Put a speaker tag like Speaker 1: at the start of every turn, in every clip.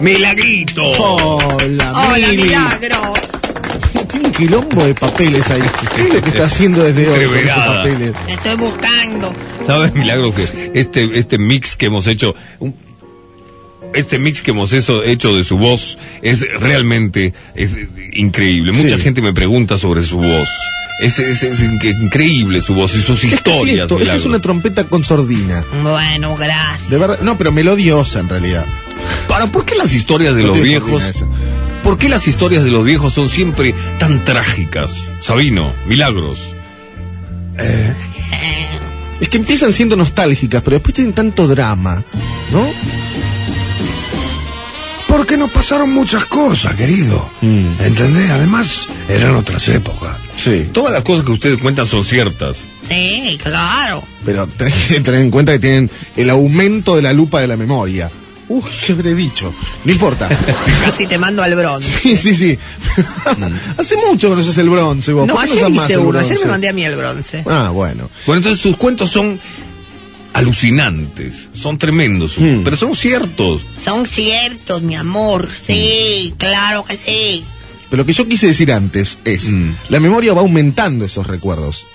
Speaker 1: Milagrito. Oh.
Speaker 2: Hola,
Speaker 3: Hola,
Speaker 2: Mili.
Speaker 3: milagro.
Speaker 2: Tiene un quilombo de papeles ahí. Este, ¿Qué es lo que está haciendo desde hoy con esos
Speaker 1: Entreverada.
Speaker 2: papeles?
Speaker 3: Te estoy buscando.
Speaker 1: ¿Sabes, Milagro, que este, este mix que hemos hecho, un- este mix que hemos hecho, hecho de su voz es realmente es, eh, increíble. Mucha
Speaker 2: Sí.
Speaker 1: gente me pregunta sobre su voz. Es, es- es in- increíble su voz y sus
Speaker 2: ¿Qué es que sí,
Speaker 1: historias,
Speaker 2: esto? Esta es
Speaker 1: Milagro.
Speaker 2: una trompeta con sordina.
Speaker 3: Bueno, gracias.
Speaker 2: De verdad, no, pero melodiosa en realidad.
Speaker 1: Ahora, ¿por qué las historias de
Speaker 2: No
Speaker 1: los
Speaker 2: tiene
Speaker 1: viejos?
Speaker 2: sordina esa.
Speaker 1: ¿Por qué las historias de los viejos son siempre tan trágicas? Sabino, Milagros.
Speaker 2: Eh, Es que empiezan siendo nostálgicas, pero después tienen tanto drama, ¿no?
Speaker 4: Porque nos pasaron muchas cosas, querido.
Speaker 2: Mm.
Speaker 4: ¿Entendés? Además, eran otras épocas.
Speaker 2: Sí.
Speaker 1: Todas las cosas que ustedes cuentan son ciertas.
Speaker 3: Sí, claro.
Speaker 2: Pero tenés que tener en cuenta que tienen el aumento de la lupa de la memoria. Uy, qué habré dicho. No importa.
Speaker 3: Casi te mando al bronce.
Speaker 2: Sí, sí, sí. Hace mucho que no haces el bronce, vos.
Speaker 3: No,
Speaker 2: ¿Por qué
Speaker 3: ayer
Speaker 2: usás más
Speaker 3: hice
Speaker 2: el
Speaker 3: uno. Ayer
Speaker 2: bronce?
Speaker 3: me mandé a mí el bronce.
Speaker 2: Ah, bueno.
Speaker 1: Bueno, entonces sus cuentos son alucinantes, son tremendos,
Speaker 2: Mm.
Speaker 1: pero son ciertos.
Speaker 3: Son ciertos, mi amor. Sí, claro que sí.
Speaker 2: Pero lo que yo quise decir antes es,
Speaker 1: Mm.
Speaker 2: la memoria va aumentando esos recuerdos.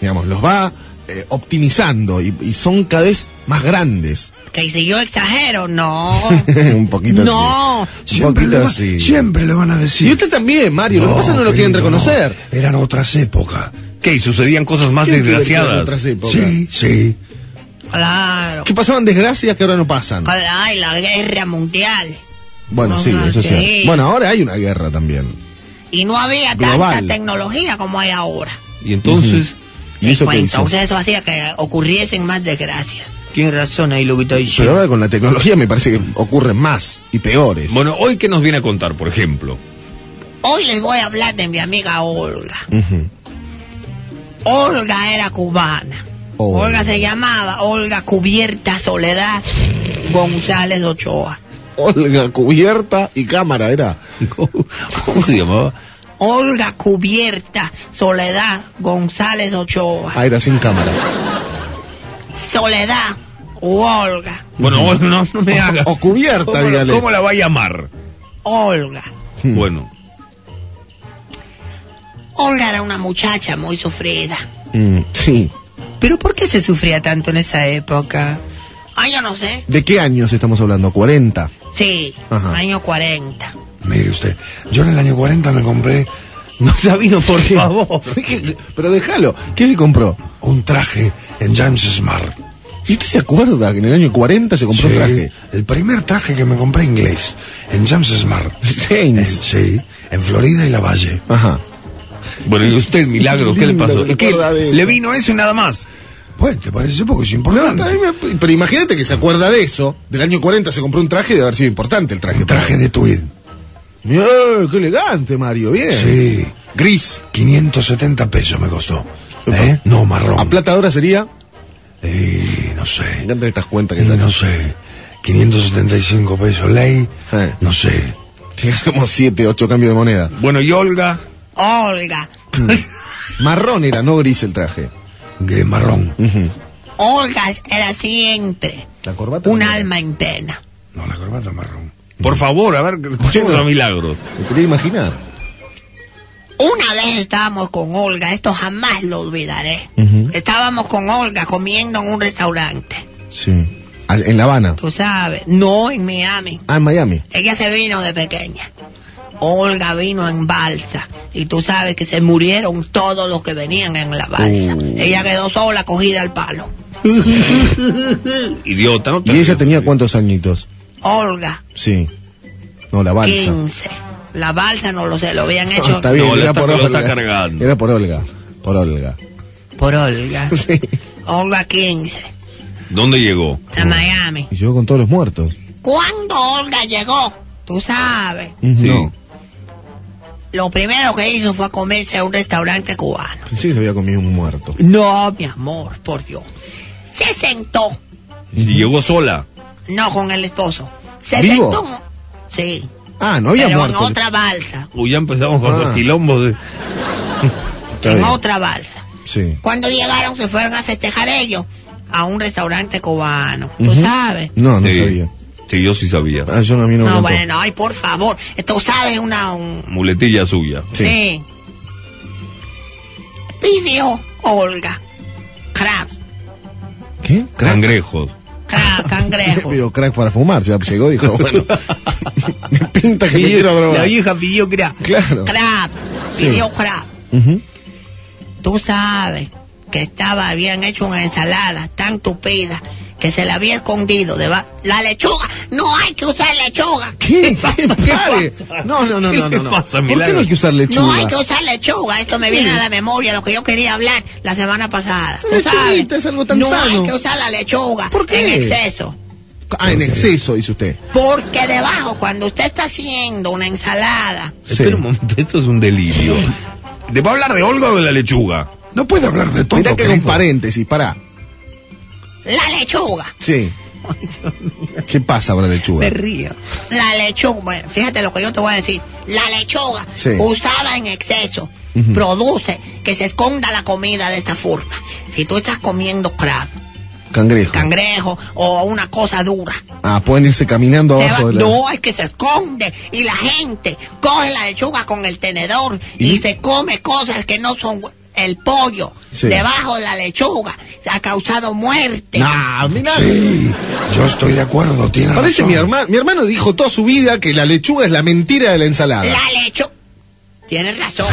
Speaker 2: Digamos, los va eh, optimizando y, y son cada vez más grandes.
Speaker 3: Que si yo exagero, no.
Speaker 2: Un poquito así.
Speaker 3: no.
Speaker 4: Siempre
Speaker 2: poquito
Speaker 4: le, va-
Speaker 2: así.
Speaker 4: siempre le van a
Speaker 2: Y
Speaker 4: decir.
Speaker 2: usted también, Mario. lo que
Speaker 4: No,
Speaker 2: pasa es que no lo quieren
Speaker 4: querido,
Speaker 2: reconocer.
Speaker 4: no. Eran otras épocas.
Speaker 1: ¿Qué? Y sucedían cosas más
Speaker 2: ¿Quién quiere que en
Speaker 1: desgraciadas.
Speaker 2: otras épocas?
Speaker 4: Sí, sí.
Speaker 3: Claro.
Speaker 2: Que pasaban desgracias que ahora no pasan.
Speaker 3: Ay, la guerra mundial.
Speaker 2: Bueno, sí,
Speaker 3: Ah,
Speaker 2: eso es cierto.
Speaker 3: sí.
Speaker 2: Bueno, ahora hay una guerra también.
Speaker 3: Y no había
Speaker 2: Global.
Speaker 3: tanta tecnología como hay ahora.
Speaker 1: Y entonces,
Speaker 2: ¿Y eso qué hizo?
Speaker 3: Entonces eso hacía que ocurriesen más desgracias. Tienes razón ahí, Lupita.
Speaker 2: Pero ahora con la tecnología me parece que ocurren más y peores.
Speaker 1: bueno, hoy que nos viene a contar, por ejemplo.
Speaker 3: Hoy les voy a hablar de mi amiga Olga.
Speaker 2: Ujú.
Speaker 3: Olga era cubana.
Speaker 2: Olga.
Speaker 3: Olga se llamaba Olga Cubierta Soledad González Ochoa.
Speaker 2: Olga, cubierta y cámara era.
Speaker 1: ¿Cómo, cómo se llamaba?
Speaker 3: Olga Cubierta Soledad González Ochoa.
Speaker 2: Ah, era sin cámara.
Speaker 3: Soledad u Olga.
Speaker 1: Bueno, Olga, no, no me hagas.
Speaker 2: O cubierta,
Speaker 1: ¿Cómo, la-
Speaker 2: dígale.
Speaker 1: ¿Cómo la va a llamar?
Speaker 3: Olga.
Speaker 2: Hmm.
Speaker 1: Bueno,
Speaker 3: Olga era una muchacha muy sufrida.
Speaker 2: Mm, sí.
Speaker 3: ¿Pero por qué se sufría tanto en esa época? Ay, yo no sé.
Speaker 2: ¿De qué años estamos hablando? ¿40?
Speaker 3: Sí,
Speaker 2: Ajá.
Speaker 3: año 40.
Speaker 4: Mire usted, yo en el año 40 me compré
Speaker 2: No, Sabino, por favor. Pero déjalo. ¿Qué se compró?
Speaker 4: un traje en James Smart.
Speaker 2: ¿Y usted se acuerda que en el año 40 se compró
Speaker 4: Sí,
Speaker 2: un traje?
Speaker 4: El primer traje que me compré inglés, en James Smart. En-
Speaker 2: James.
Speaker 4: sí, en Florida y La Valle.
Speaker 2: Ajá.
Speaker 1: bueno, y usted, Milagro, ¿qué le
Speaker 2: Lindo
Speaker 1: pasó?
Speaker 2: que se
Speaker 1: ¿Y qué?
Speaker 2: acuerda de eso.
Speaker 1: Le vino eso y nada más.
Speaker 4: Pues, ¿te parece poco? Es
Speaker 2: No,
Speaker 4: importante.
Speaker 2: también me- pero imagínate que se acuerda de eso. Del año 40 se compró un traje de haber sido importante el traje.
Speaker 4: un traje de tweed.
Speaker 2: Mirá, qué elegante, Mario. Bien.
Speaker 4: Sí,
Speaker 2: Gris.
Speaker 4: 570 pesos me costó.
Speaker 2: Epa.
Speaker 4: ¿Eh? No, marrón.
Speaker 2: A plata ahora sería.
Speaker 4: Eh, no
Speaker 2: Me
Speaker 4: sé.
Speaker 2: encantan estas cuentas
Speaker 4: Eh,
Speaker 2: que
Speaker 4: no sé. 575 pesos ley.
Speaker 2: Eh.
Speaker 4: No sé.
Speaker 2: Tenemos como 7, 8 cambios de moneda.
Speaker 1: Bueno, y Olga,
Speaker 3: Olga,
Speaker 2: Mm. Marrón era, no gris el traje.
Speaker 4: Gris marrón.
Speaker 3: Olga era siempre
Speaker 2: La corbata.
Speaker 3: un
Speaker 2: también.
Speaker 3: alma interna.
Speaker 4: No, la corbata marrón.
Speaker 2: Hmm.
Speaker 1: por favor, a ver, escuchemos a Milagro.
Speaker 2: Me quería imaginar.
Speaker 3: Una vez estábamos con Olga, esto jamás lo olvidaré.
Speaker 2: Ujú.
Speaker 3: Estábamos con Olga comiendo en un restaurante,
Speaker 2: Sí. Al- En La Habana.
Speaker 3: tú sabes, no en Miami.
Speaker 2: Ah, en Miami.
Speaker 3: Ella se vino de pequeña. Olga vino en balsa. Y tú sabes que se murieron todos los que venían en la balsa.
Speaker 2: Uh.
Speaker 3: Ella quedó sola, cogida al palo.
Speaker 1: Idiota, ¿no? te
Speaker 2: ¿Y ella
Speaker 1: rías,
Speaker 2: tenía
Speaker 1: sí.
Speaker 2: cuántos añitos?
Speaker 3: Olga,
Speaker 2: Sí. No, la balsa.
Speaker 3: 15. La balsa no lo sé, lo habían
Speaker 2: No,
Speaker 3: hecho
Speaker 2: está bien,
Speaker 1: No, lo
Speaker 2: era
Speaker 1: está-
Speaker 2: por
Speaker 1: lo
Speaker 2: Olga. eh.
Speaker 1: está cargando.
Speaker 2: Era por Olga. Por Olga.
Speaker 3: por Olga.
Speaker 2: Sí.
Speaker 3: Olga 15,
Speaker 1: ¿Dónde llegó?
Speaker 3: a Miami.
Speaker 2: Y llegó con todos los muertos.
Speaker 3: Cuando Olga llegó, tú sabes,
Speaker 1: Sí.
Speaker 2: No.
Speaker 3: lo primero que hizo fue comerse a un restaurante cubano.
Speaker 2: Pensé que se había comido un muerto.
Speaker 3: No, mi amor, por Dios. Se sentó
Speaker 1: Si llegó sola.
Speaker 3: No, con el esposo. Se
Speaker 2: ¿Vivo?
Speaker 3: sentó en- Sí.
Speaker 2: Ah, no había
Speaker 3: pero
Speaker 2: muerto.
Speaker 3: en otra balsa.
Speaker 1: Uy, ya empezamos con
Speaker 2: Ah.
Speaker 1: los quilombos de...
Speaker 2: Está
Speaker 3: en
Speaker 2: bien.
Speaker 3: otra balsa.
Speaker 2: Sí.
Speaker 3: Cuando llegaron se fueron a festejar ellos a un restaurante cubano. Tú
Speaker 2: Ujú.
Speaker 3: sabes.
Speaker 2: No, no
Speaker 1: Sí.
Speaker 2: sabía.
Speaker 1: Sí, yo sí sabía.
Speaker 2: Ah, yo no, a mí no, me
Speaker 3: No,
Speaker 2: contó.
Speaker 3: bueno, ay, por favor. Tú sabes una... un-
Speaker 1: Muletilla suya.
Speaker 2: Sí.
Speaker 3: Sí. Pidió Olga. Crab,
Speaker 2: ¿Qué? ¿Crack?
Speaker 1: Cangrejos.
Speaker 3: crab, cangrejo.
Speaker 2: Pidió crack para fumar. Ya llegó y dijo, bueno, me pinta que me quiero
Speaker 5: La
Speaker 2: drogar.
Speaker 5: vieja pidió que era...
Speaker 2: Claro.
Speaker 3: Crab,
Speaker 2: Sí.
Speaker 3: pidió crab.
Speaker 2: Ujú.
Speaker 3: Tú sabes que estaba, habían hecho una ensalada tan tupida que se la había escondido deba- La lechuga, no hay que usar lechuga.
Speaker 2: ¿Qué? ¿Qué? Pare. No, no, no,
Speaker 1: ¿Qué
Speaker 2: no,
Speaker 1: le
Speaker 2: no. no.
Speaker 1: pasa,
Speaker 2: ¿Por qué
Speaker 1: Milagro?
Speaker 2: no hay que usar lechuga?
Speaker 3: No hay que usar lechuga, esto me viene a la memoria lo que yo quería hablar la semana pasada. Tú sabes,
Speaker 2: Lechuguita, es algo tan
Speaker 3: no
Speaker 2: sano.
Speaker 3: hay que usar la lechuga
Speaker 2: ¿Por qué?
Speaker 3: en exceso.
Speaker 2: Ah, en exceso, dice usted.
Speaker 3: Porque debajo, cuando usted está haciendo una ensalada,
Speaker 2: Sí.
Speaker 1: Espera un momento, esto es un delirio. ¿Te va a hablar de Olga o de la lechuga?
Speaker 4: No puede hablar de todo.
Speaker 2: Mirá que con
Speaker 4: querido.
Speaker 2: paréntesis, pará.
Speaker 3: la lechuga,
Speaker 2: Sí. ¿Qué pasa con la lechuga?
Speaker 5: Me río.
Speaker 3: la lechuga, bueno, fíjate lo que yo te voy a decir, la lechuga
Speaker 2: Sí.
Speaker 3: usada en exceso
Speaker 2: Ujú.
Speaker 3: produce que se esconda la comida de esta forma. Si tú estás comiendo crab,
Speaker 2: Cangrejo.
Speaker 3: cangrejo o una cosa dura,
Speaker 2: Ah, pueden irse caminando
Speaker 3: Se va-
Speaker 2: abajo de la...
Speaker 3: No, es que se esconde y la gente coge la lechuga con el tenedor y,
Speaker 2: ¿Y?
Speaker 3: se come cosas que no son el pollo
Speaker 2: Sí.
Speaker 3: debajo de la lechuga. Ha causado muerte.
Speaker 2: Nah, mirá.
Speaker 4: Sí, yo estoy de acuerdo, tiene
Speaker 2: Parece
Speaker 4: razón.
Speaker 2: mi hermano. Mi hermano dijo toda su vida que la lechuga es la mentira de la ensalada.
Speaker 3: La lechuga. Tienes razón.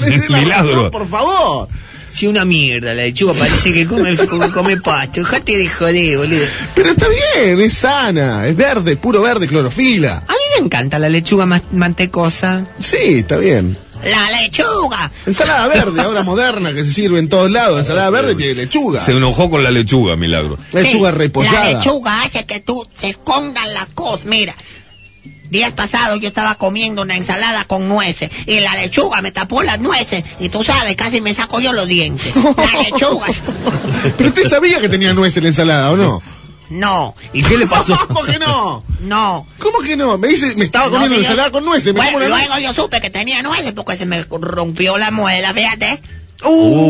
Speaker 2: Decir la
Speaker 1: Milagro.
Speaker 2: razón, por favor.
Speaker 5: Si una mierda, la lechuga parece que come, come, come pasto. Dejate de joder, boludo.
Speaker 2: Pero está bien, es sana, es verde, puro verde, clorofila.
Speaker 5: A mí me encanta la lechuga ma- mantecosa.
Speaker 2: Sí, está bien.
Speaker 3: la lechuga.
Speaker 2: Ensalada verde, ahora moderna, que se sirve en todos lados. Ensalada verde tiene lechuga.
Speaker 1: Se enojó con la lechuga, milagro.
Speaker 2: Lechuga
Speaker 3: Sí,
Speaker 2: reposada.
Speaker 3: La lechuga hace que tú te escondas las cosas. Mira, días pasados yo estaba comiendo una ensalada con nueces y la lechuga me tapó las nueces y tú sabes, casi me saco yo los dientes. La lechuga.
Speaker 2: Pero usted sabía que tenía nuez en la ensalada, ¿o no?
Speaker 3: No,
Speaker 5: ¿Y qué le pasó?
Speaker 2: ¿Cómo que no?
Speaker 3: no.
Speaker 2: ¿Cómo que no? Me dice, me estaba
Speaker 3: No,
Speaker 2: comiendo
Speaker 3: si yo-
Speaker 2: ensalada con nueces, me
Speaker 3: Bueno,
Speaker 2: como una nuez.
Speaker 3: luego yo supe que tenía nueces porque se me rompió la muela, fíjate.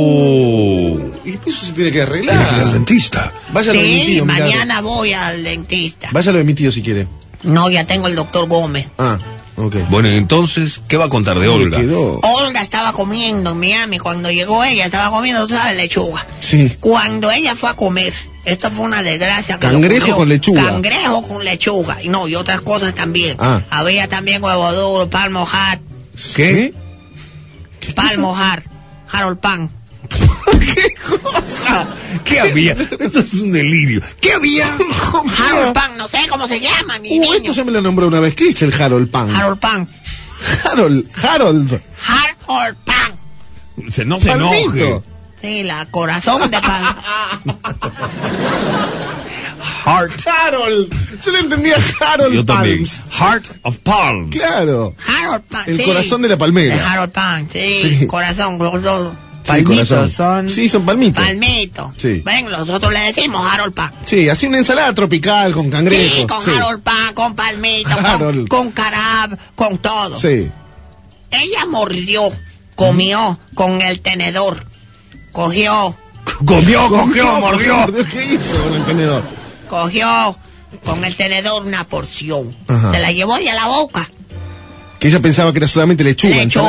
Speaker 1: Uh.
Speaker 2: Y eso se tiene que
Speaker 4: Tiene que ir al
Speaker 2: arreglar.
Speaker 4: dentista.
Speaker 2: Vaya lo de mi
Speaker 3: sí,
Speaker 2: tío, Milagro.
Speaker 3: mañana voy al dentista.
Speaker 2: Vaya lo de mi tío si quiere.
Speaker 3: No, ya tengo el doctor Gómez.
Speaker 2: Ah, ok.
Speaker 1: Bueno, entonces, ¿qué va a contar de Olga?
Speaker 2: Me quedó.
Speaker 3: Olga estaba comiendo en Miami cuando llegó ella, estaba comiendo, tú sabes, lechuga.
Speaker 2: Sí.
Speaker 3: Cuando ella fue a comer, esto fue una desgracia. que le
Speaker 2: Cangrejo
Speaker 3: ocurrió.
Speaker 2: con lechuga.
Speaker 3: Cangrejo con lechuga. Y no, y otras cosas también.
Speaker 2: Ah.
Speaker 3: Había también huevo duro, pan mojar,
Speaker 2: ¿Qué?
Speaker 3: pan mojar, Harold Pan.
Speaker 1: ¿Qué cosa? ¿Qué había? Esto es un delirio. ¿Qué había?
Speaker 3: Harold Pan, no sé cómo se llama, mi
Speaker 2: Uh,
Speaker 3: niño.
Speaker 2: esto ya me lo nombró una vez. ¿Qué es el Harold Pan?
Speaker 3: Harold Pan.
Speaker 2: Harold. Harold.
Speaker 3: Harold Pan.
Speaker 1: Se, no se enoje.
Speaker 2: Palmito.
Speaker 3: Sí, la corazón de pan.
Speaker 1: Heart.
Speaker 2: Harold. Yo le entendía Harold
Speaker 1: Yo también.
Speaker 2: Palms.
Speaker 1: Heart of Palm.
Speaker 2: Claro.
Speaker 3: Harold Pan.
Speaker 2: El
Speaker 3: sí.
Speaker 2: corazón de la palmera.
Speaker 3: De Harold Pan, sí.
Speaker 2: Sí.
Speaker 3: Corazón, los dos.
Speaker 5: Palmitos
Speaker 2: corazón.
Speaker 5: son-
Speaker 2: Sí, son palmitos.
Speaker 3: Palmito.
Speaker 2: Sí.
Speaker 3: Ven, nosotros le decimos Harold Pan.
Speaker 2: sí, así una ensalada tropical con cangrejo.
Speaker 3: Sí, con Harold Pan, con Palmito, con,
Speaker 2: Harold.
Speaker 3: con Carab, con todo.
Speaker 2: Sí.
Speaker 3: Ella mordió, comió con el tenedor, cogió,
Speaker 1: Comió, cogió, mordió.
Speaker 2: ¿Qué hizo con el tenedor?
Speaker 3: cogió con el tenedor una porción.
Speaker 2: Ajá.
Speaker 3: Se la llevó ella a la boca.
Speaker 2: Que ella pensaba que era solamente lechuga.
Speaker 3: Lechuga.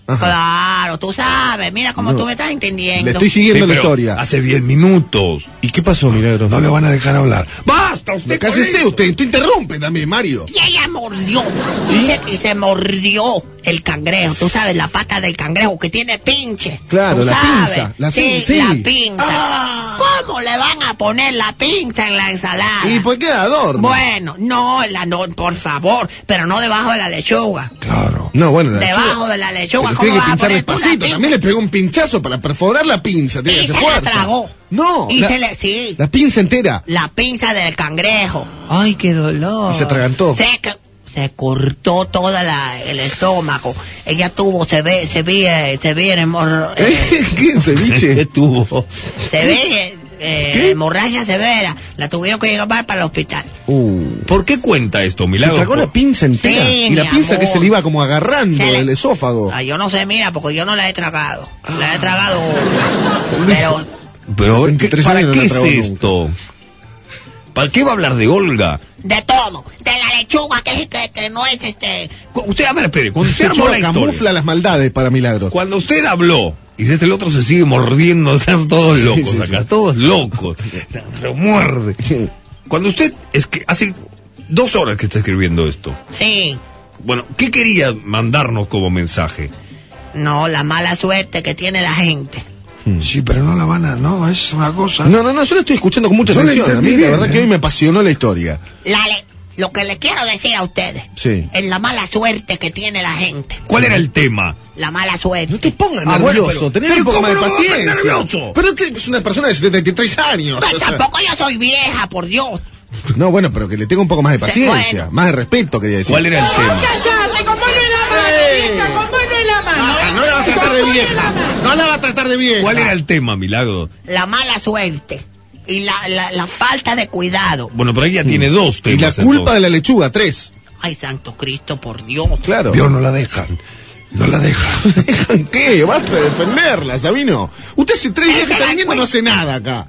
Speaker 2: ensalada. Ajá.
Speaker 3: Claro, tú sabes. Mira cómo
Speaker 2: No.
Speaker 3: tú me estás entendiendo.
Speaker 2: Le estoy
Speaker 1: Sí,
Speaker 2: siguiendo la
Speaker 1: pero
Speaker 2: historia.
Speaker 1: Hace 10 minutos.
Speaker 2: ¿Y qué pasó, Milagro?
Speaker 4: No le van a dejar hablar.
Speaker 1: ¡Basta usted! con
Speaker 2: Cállese,
Speaker 1: eso!
Speaker 2: usted, usted interrumpe también, Mario.
Speaker 3: Y ella mordió. Y se, y se mordió el cangrejo. Tú sabes, la pata del cangrejo que tiene pinche.
Speaker 2: Claro,
Speaker 3: ¿Tú
Speaker 2: la
Speaker 3: sabes?
Speaker 2: pinza, la
Speaker 3: sí,
Speaker 2: pin- sí.
Speaker 3: la pinza.
Speaker 2: Ah.
Speaker 3: ¿Cómo le van a poner la pinza en la ensalada?
Speaker 2: ¿Y pues- por qué adorno?
Speaker 3: Bueno, no, la no, por favor, pero no debajo de la lechuga.
Speaker 4: Claro.
Speaker 2: No, bueno, la
Speaker 3: debajo
Speaker 2: lechuga-
Speaker 3: de la lechuga,
Speaker 2: Pero
Speaker 3: ¿cómo
Speaker 2: tiene que
Speaker 3: vas a
Speaker 2: pinchar
Speaker 3: poner tú una
Speaker 2: despacito.
Speaker 3: pinza?
Speaker 2: También le pegó un pinchazo para perforar la pinza. Tiene
Speaker 3: Y
Speaker 2: que
Speaker 3: se
Speaker 2: hacer
Speaker 3: la
Speaker 2: fuerza.
Speaker 3: tragó.
Speaker 2: No.
Speaker 3: Y
Speaker 2: la,
Speaker 3: se le, sí,
Speaker 2: la pinza entera.
Speaker 3: la pinza del cangrejo.
Speaker 5: Ay, qué dolor.
Speaker 2: Y se atragantó.
Speaker 3: Se, ca- se cortó toda la, el estómago. Ella tuvo, se ve, se ve, eh, se ve en hemor- eh,
Speaker 2: ¿Eh? ¿Qué? ¿Un
Speaker 1: ¿Qué
Speaker 2: ceviche?
Speaker 1: tuvo?
Speaker 3: se ve eh,
Speaker 2: ¿Qué?
Speaker 3: hemorragia severa. La tuvieron que llevar para el hospital.
Speaker 2: Uh.
Speaker 1: ¿Por qué cuenta esto,
Speaker 2: Se
Speaker 1: Milagro?
Speaker 2: tragó la pinza entera.
Speaker 3: Sí,
Speaker 2: y la
Speaker 3: mi
Speaker 2: pinza
Speaker 3: amor.
Speaker 2: que se le iba como agarrando
Speaker 3: Se le-
Speaker 2: del esófago. Ah.
Speaker 3: Ah, yo no sé, mira, porque yo no la he tragado. La he tragado. Pero
Speaker 1: Pero, ¿qué-
Speaker 2: 23
Speaker 1: ¿para
Speaker 2: años no
Speaker 1: qué
Speaker 2: la
Speaker 1: es
Speaker 2: tragó nunca.
Speaker 1: esto? ¿Para qué va a hablar de Olga?
Speaker 3: De todo. De la lechuga, que, que, que no es este.
Speaker 1: Cu- Usted, a ver, espere, cuando usted
Speaker 2: Este
Speaker 1: armó
Speaker 2: choro
Speaker 1: la
Speaker 2: camufla
Speaker 1: historia,
Speaker 2: las maldades para Milagros.
Speaker 1: cuando usted habló, y desde el otro se sigue mordiendo, están todos locos
Speaker 2: sí,
Speaker 1: acá,
Speaker 2: sí.
Speaker 1: todos locos. Lo muerde. Cuando usted, es que hace dos horas que está escribiendo esto.
Speaker 3: Sí.
Speaker 1: Bueno, ¿qué quería mandarnos como mensaje?
Speaker 3: No, la mala suerte que tiene la gente.
Speaker 4: Sí, pero no la van a... No, es una cosa...
Speaker 2: Mm. No, no, no, yo lo estoy escuchando con mucha
Speaker 4: Yo lo
Speaker 2: atención. A mí
Speaker 4: entendí
Speaker 2: la
Speaker 4: bien,
Speaker 2: verdad
Speaker 4: ¿eh?
Speaker 2: que hoy me apasionó la historia.
Speaker 3: La le- lo que le quiero decir a ustedes
Speaker 2: Sí.
Speaker 3: es la mala suerte que tiene la gente.
Speaker 1: ¿Cuál era el tema?
Speaker 3: La mala suerte.
Speaker 2: No te pongas
Speaker 1: Ah, bueno, pero-
Speaker 2: nervioso, tenés
Speaker 1: pero
Speaker 2: un poco
Speaker 1: ¿cómo
Speaker 2: más de
Speaker 1: no me voy a poner
Speaker 2: paciencia.
Speaker 1: nervioso?
Speaker 2: Pero usted es una persona de 73 años.
Speaker 3: No,
Speaker 2: o sea.
Speaker 3: tampoco yo soy vieja, por Dios.
Speaker 2: No, bueno, pero que le tenga un poco más de
Speaker 3: Se-
Speaker 2: paciencia,
Speaker 3: bueno.
Speaker 2: más de respeto, quería decir.
Speaker 1: ¿Cuál era el tema?
Speaker 6: ¡Cállate! ¡Con mano en la mano, vieja! ¡Con mano en la mano!
Speaker 2: No la va a tratar de vieja. No la va a tratar de vieja.
Speaker 1: ¿Cuál era el tema, Milagro?
Speaker 3: La mala suerte y la, la, la falta de cuidado.
Speaker 1: Bueno, pero ella tiene dos
Speaker 2: Mm. Y la
Speaker 1: temas.
Speaker 2: culpa de la lechuga, tres.
Speaker 3: Ay, Santo Cristo, por Dios.
Speaker 2: Claro.
Speaker 4: Dios, no la dejan. No la dejan.
Speaker 2: ¿Dejan qué? Basta de defenderla, Sabino. Usted hace tres días que
Speaker 3: Esa
Speaker 2: está
Speaker 3: la
Speaker 2: viniendo no hace nada acá.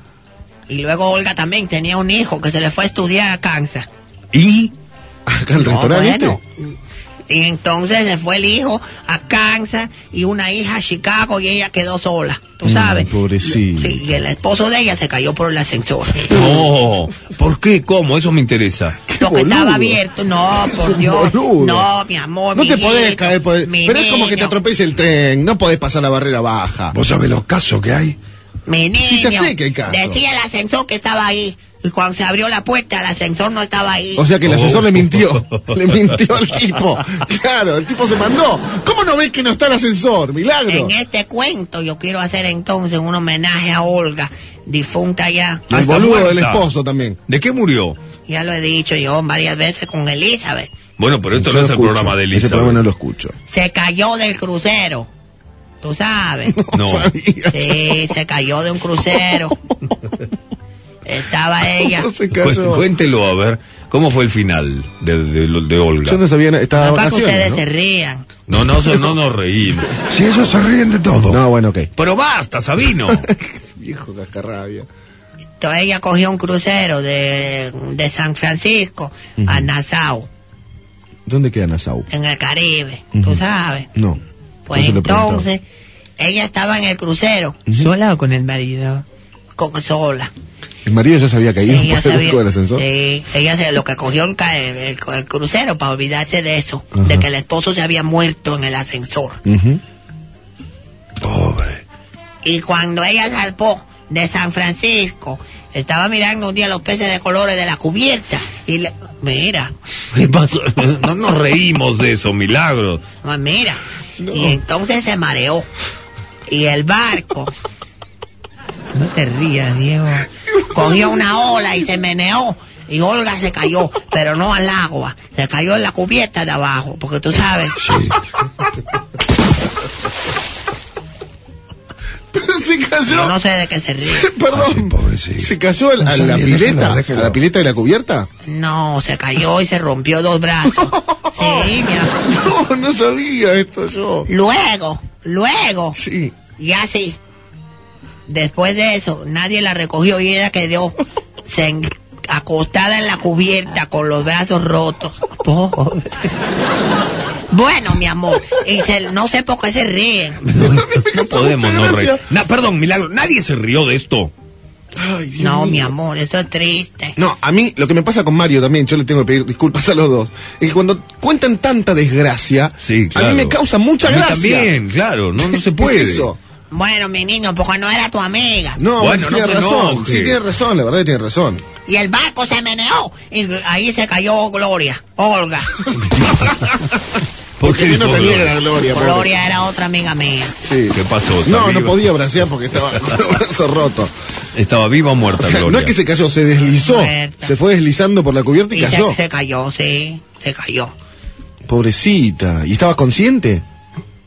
Speaker 3: Y luego Olga también tenía un hijo que se le fue a estudiar a Kansas.
Speaker 1: Y
Speaker 2: Acá el este?
Speaker 3: No,
Speaker 2: restaurante.
Speaker 3: bueno. Y entonces se fue el hijo a Kansas y una hija a Chicago y ella quedó sola. ¿Tú
Speaker 2: Mm,
Speaker 3: sabes?
Speaker 2: pobrecita.
Speaker 3: Sí, y el esposo de ella se cayó por el ascensor.
Speaker 1: No, ¿por qué? ¿Cómo? Eso me interesa.
Speaker 3: Lo que
Speaker 2: boludo.
Speaker 3: estaba abierto, no,
Speaker 2: Es
Speaker 3: por
Speaker 2: un
Speaker 3: Dios.
Speaker 2: boludo.
Speaker 3: No, mi amor.
Speaker 2: No te
Speaker 3: mi
Speaker 2: podés
Speaker 3: hijito,
Speaker 2: caer por el...
Speaker 3: mi
Speaker 2: Pero es como que te
Speaker 3: niño,
Speaker 2: atropelle el tren, no podés pasar la barrera baja.
Speaker 4: ¿Vos sabés los casos que hay?
Speaker 3: Mi niño.
Speaker 2: Sí, ya sé que hay caso.
Speaker 3: Decía el ascensor que estaba ahí. Y cuando se abrió la puerta, el ascensor no estaba ahí.
Speaker 2: O sea que el
Speaker 1: Oh.
Speaker 2: asesor le mintió. Le mintió al tipo. Claro, el tipo se mandó. ¿Cómo no ves que no está el ascensor? Milagro.
Speaker 3: en este cuento yo quiero hacer entonces un homenaje a Olga, difunta ya.
Speaker 2: Al
Speaker 1: Hasta
Speaker 2: boludo
Speaker 1: muerta.
Speaker 2: del esposo también.
Speaker 1: ¿De qué murió?
Speaker 3: Ya lo he dicho yo varias veces con Elizabeth.
Speaker 1: Bueno, pero esto
Speaker 2: Yo
Speaker 1: no
Speaker 2: lo
Speaker 1: es el
Speaker 2: escucho.
Speaker 1: programa de ¿eh?
Speaker 2: Ese programa
Speaker 1: Elizabeth.
Speaker 2: no lo escucho.
Speaker 3: Se cayó del crucero. ¿Tú sabes?
Speaker 1: No.
Speaker 2: sabía.
Speaker 3: Sí, se cayó de un crucero. Estaba ella.
Speaker 2: No se
Speaker 1: Cu-
Speaker 2: cayó.
Speaker 1: Pues Cuéntelo, a ver, ¿cómo fue el final de, de- de Olga?
Speaker 2: Yo no sabía, nada, estaba de
Speaker 3: Papá, que
Speaker 2: vacaciones,
Speaker 3: ustedes
Speaker 2: ¿no?
Speaker 3: se rían.
Speaker 1: No, no, so- no nos reímos.
Speaker 4: Si ellos se ríen de todo.
Speaker 2: No, bueno, ok.
Speaker 1: Pero basta, Sabino.
Speaker 2: Viejo cascarrabia.
Speaker 3: Entonces ella cogió un crucero de, de San Francisco a
Speaker 2: Ujú.
Speaker 3: Nassau,
Speaker 2: ¿Dónde queda Nassau?
Speaker 3: en el Caribe.
Speaker 2: Ujú.
Speaker 3: ¿Tú sabes?
Speaker 2: No.
Speaker 3: Pues
Speaker 2: no se lo he preguntado.
Speaker 3: entonces, ella estaba en el crucero.
Speaker 2: Ujú.
Speaker 5: ¿Sola o con el marido?
Speaker 3: Con, sola.
Speaker 2: El marido ya se había caído
Speaker 3: Ella
Speaker 2: por el
Speaker 3: sabía,
Speaker 2: hueco del ascensor.
Speaker 3: sí, ella se, lo que cogió el, ca- el- el- el crucero para olvidarse de eso,
Speaker 2: Ajá.
Speaker 3: de que el esposo se había muerto en el ascensor.
Speaker 2: Ujú.
Speaker 4: Pobre.
Speaker 3: Y cuando ella salpó de San Francisco, estaba mirando un día los peces de colores de la cubierta y le- mira,
Speaker 1: ¿Qué pasó? No nos reímos de eso, milagro.
Speaker 3: ma- mira, y entonces se mareó y el barco
Speaker 5: No te rías, Diego.
Speaker 3: cogió una ola y se meneó. Y Olga se cayó, pero no al agua, se cayó en la cubierta de abajo, porque tú sabes,
Speaker 4: Sí.
Speaker 2: Pero se
Speaker 3: yo
Speaker 2: cayó.
Speaker 3: no sé de qué se ríe.
Speaker 4: Ah, sí,
Speaker 2: Perdón.
Speaker 4: pobrecito.
Speaker 2: se cayó al-
Speaker 4: No
Speaker 2: a
Speaker 4: sabía,
Speaker 2: la
Speaker 4: déjelo,
Speaker 2: pileta.
Speaker 4: déjelo.
Speaker 2: ¿A la pileta de la cubierta?
Speaker 3: No, se cayó y se rompió dos brazos. Sí, mira.
Speaker 2: No, no sabía esto yo.
Speaker 3: Luego, luego,
Speaker 2: Sí.
Speaker 3: ya sí. Después de eso, nadie la recogió y ella quedó sen- acostada en la cubierta con los brazos rotos. Pobre. Bueno, mi amor, y se- no sé por qué se ríen.
Speaker 1: No, podemos no
Speaker 2: Muchas
Speaker 1: reír.
Speaker 2: gracias.
Speaker 1: Na- perdón, milagro, nadie se rió de esto.
Speaker 2: Ay, Dios
Speaker 3: No,
Speaker 2: mío.
Speaker 3: mi amor, eso es triste.
Speaker 2: No, a mí lo que me pasa con Mario también, yo le tengo que pedir disculpas a los dos, es que cuando cuentan tanta desgracia,
Speaker 1: Sí, claro.
Speaker 2: a mí me causa mucha
Speaker 1: A mí
Speaker 2: gracia.
Speaker 1: también, claro, no, no se
Speaker 2: Es
Speaker 1: puede.
Speaker 2: eso.
Speaker 3: Bueno, mi niño, porque no era tu amiga.
Speaker 2: No,
Speaker 1: Bueno,
Speaker 2: bueno,
Speaker 1: no
Speaker 2: tiene
Speaker 1: se
Speaker 2: razón.
Speaker 1: enoje.
Speaker 2: Sí, tiene razón, la verdad que tiene razón.
Speaker 3: Y el barco se meneó y ahí se cayó Gloria, Olga.
Speaker 1: ¿Por qué
Speaker 2: yo no
Speaker 1: dijo
Speaker 2: tenía
Speaker 1: Gloria?
Speaker 2: la gloria. pobre.
Speaker 3: Gloria era otra amiga mía.
Speaker 2: Sí.
Speaker 1: ¿Qué pasó? ¿Está
Speaker 2: No, no
Speaker 1: viva?
Speaker 2: podía bracear porque estaba con los brazos rotos.
Speaker 1: ¿Estaba viva o muerta, Gloria?
Speaker 2: No es que se cayó, se deslizó.
Speaker 3: Muerta.
Speaker 2: Se fue deslizando por la cubierta y,
Speaker 3: Y
Speaker 2: cayó.
Speaker 3: se, se cayó, sí, se cayó.
Speaker 2: Pobrecita. ¿Y estaba consciente?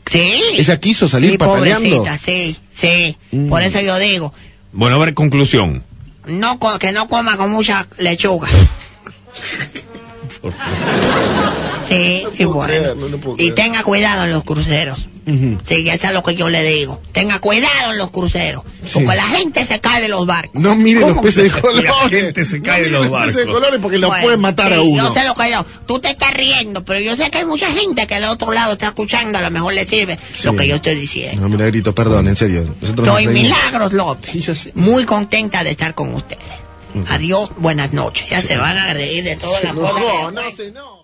Speaker 3: Sí.
Speaker 2: ¿Ella quiso salir
Speaker 3: sí,
Speaker 2: pataleando?
Speaker 3: pobrecita, sí, sí.
Speaker 2: Mm.
Speaker 3: Por eso yo digo,
Speaker 1: Bueno, a ver, conclusión.
Speaker 3: no co- que no coma con mucha lechuga.
Speaker 1: Por favor.
Speaker 3: Sí,
Speaker 2: No
Speaker 3: sí,
Speaker 2: puedo
Speaker 3: bueno.
Speaker 2: creerlo, no puedo
Speaker 3: y
Speaker 2: creerlo.
Speaker 3: tenga cuidado en los cruceros.
Speaker 2: Ujú.
Speaker 3: Sí, ya es lo que yo le digo. Tenga cuidado en los cruceros.
Speaker 2: Sí.
Speaker 3: Porque la gente se cae de los barcos.
Speaker 2: No mire los
Speaker 3: ¿Cómo?
Speaker 2: peces de colores.
Speaker 1: La gente se cae de
Speaker 2: no
Speaker 1: los
Speaker 2: mire los peces de
Speaker 1: barcos.
Speaker 2: colores porque los
Speaker 3: Bueno,
Speaker 2: pueden matar
Speaker 3: sí,
Speaker 2: a
Speaker 3: Yo
Speaker 2: uno.
Speaker 3: sé lo que yo. Tú te estás riendo, pero yo sé que hay mucha gente que al otro lado está escuchando. A lo mejor le sirve
Speaker 2: Sí.
Speaker 3: lo que yo estoy diciendo.
Speaker 2: No, milagrito, perdón, en serio. Nosotros nos
Speaker 3: Soy
Speaker 2: reímos.
Speaker 3: Milagros López.
Speaker 2: Sí, ya sé.
Speaker 3: Muy contenta de estar con ustedes.
Speaker 2: Ujú.
Speaker 3: Adiós, buenas noches. Ya se van a reír de todas las cosas. que yo
Speaker 2: No,
Speaker 3: cuento.
Speaker 2: no, se- no.